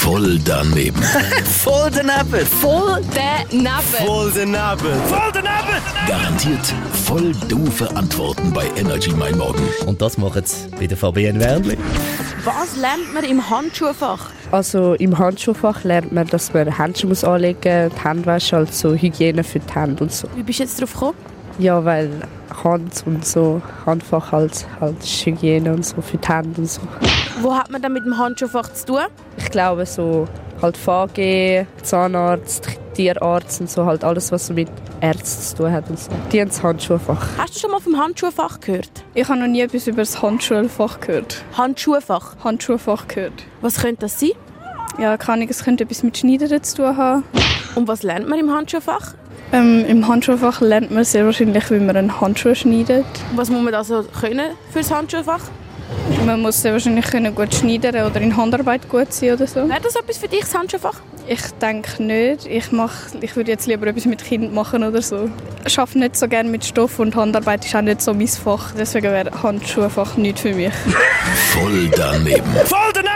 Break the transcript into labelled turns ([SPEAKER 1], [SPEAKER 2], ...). [SPEAKER 1] Voll daneben.
[SPEAKER 2] Voll daneben.
[SPEAKER 3] Voll daneben.
[SPEAKER 2] Voll daneben.
[SPEAKER 1] Garantiert voll doofe Antworten bei Energy Mein Morgen.
[SPEAKER 2] Und das machen sie bei der Fabienne Wernli.
[SPEAKER 4] Was lernt man im Handschuhfach?
[SPEAKER 5] Also im Handschuhfach lernt man, dass man Handschuhe muss anlegen muss, Handwäsche, also Hygiene für die Hände und so.
[SPEAKER 4] Wie bist du jetzt drauf gekommen?
[SPEAKER 5] Ja, weil Hand und so, Handfach halt, halt ist Hygiene und so für die Hände und so.
[SPEAKER 4] Wo hat man dann mit dem Handschuhfach zu tun?
[SPEAKER 5] Ich glaube so halt VG, Zahnarzt, Tierarzt und so halt alles, was so mit Ärzten zu tun hat und so. Die haben das Handschuhfach.
[SPEAKER 4] Hast du schon mal vom Handschuhfach gehört?
[SPEAKER 6] Ich habe noch nie etwas über das Handschuhfach gehört.
[SPEAKER 4] Handschuhfach.
[SPEAKER 6] Handschuhfach gehört.
[SPEAKER 4] Was könnte das sein?
[SPEAKER 6] Ja, keine Ahnung, es könnte etwas mit Schneidern zu tun haben.
[SPEAKER 4] Und was lernt man im Handschuhfach?
[SPEAKER 6] Ähm, Im Handschuhfach lernt man sehr wahrscheinlich, wie man einen Handschuh schneidet.
[SPEAKER 4] Was muss man also können fürs Handschuhfach?
[SPEAKER 6] Man muss sehr wahrscheinlich können gut schneidern oder in Handarbeit gut sein oder so.
[SPEAKER 4] Wäre das etwas für dich, das Handschuhfach?
[SPEAKER 6] Ich denke nicht. Ich, mach, ich würde jetzt lieber etwas mit Kind machen oder so. Ich arbeite nicht so gerne mit Stoff und Handarbeit ist auch nicht so mein Fach. Deswegen wäre Handschuhfach nicht für mich.
[SPEAKER 1] Voll daneben.
[SPEAKER 2] Voll daneben!